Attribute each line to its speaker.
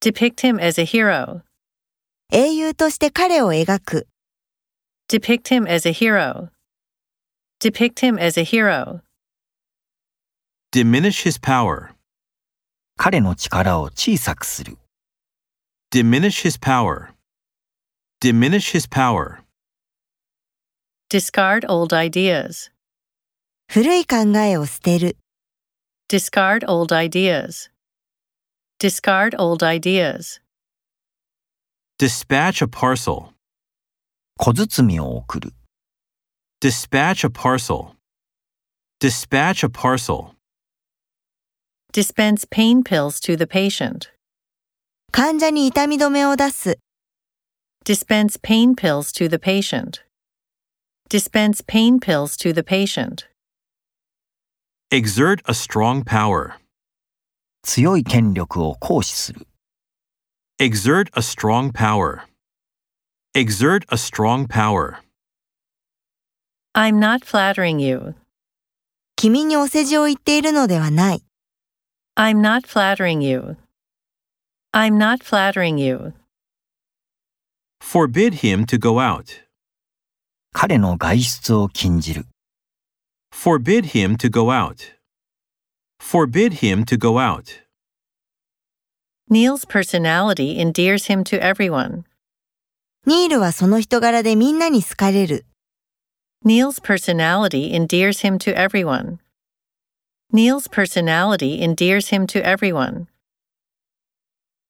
Speaker 1: Depict him as a hero.
Speaker 2: 英雄として彼を描く。
Speaker 1: Depict him as a hero. Depict him as a hero.
Speaker 3: Diminish his power.
Speaker 4: 彼の力を小さくする。
Speaker 3: Diminish his power. Diminish his power.
Speaker 1: Discard old ideas.
Speaker 2: 古い考えを捨てる。
Speaker 1: Discard old ideas. Discard old ideas.
Speaker 3: Dispatch a parcel.
Speaker 4: 小包を送る。
Speaker 3: Dispatch a parcel. Dispatch a parcel.
Speaker 1: Dispense pain pills to the patient.
Speaker 2: 患者に痛み止めを出す。
Speaker 1: Dispense pain pills to the patient. Dispense pain pills to the patient.
Speaker 3: Exert a strong power.
Speaker 4: 強い権力を行使する。
Speaker 3: Exert a strong power. Exert a strong power.
Speaker 1: I'm not flattering you.
Speaker 2: 君にお世辞を言っているのではない。
Speaker 1: I'm not flattering you. I'm not flattering you.
Speaker 3: Forbid him to go out.
Speaker 4: 彼の外出を禁じる。
Speaker 3: Forbid him to go out. Forbid him to go out.
Speaker 1: Neil's personality endears him to everyone.
Speaker 2: ニールはその人柄でみんなに好かれる。
Speaker 1: Neil's personality endears him to everyone. Neil's personality endears him to everyone.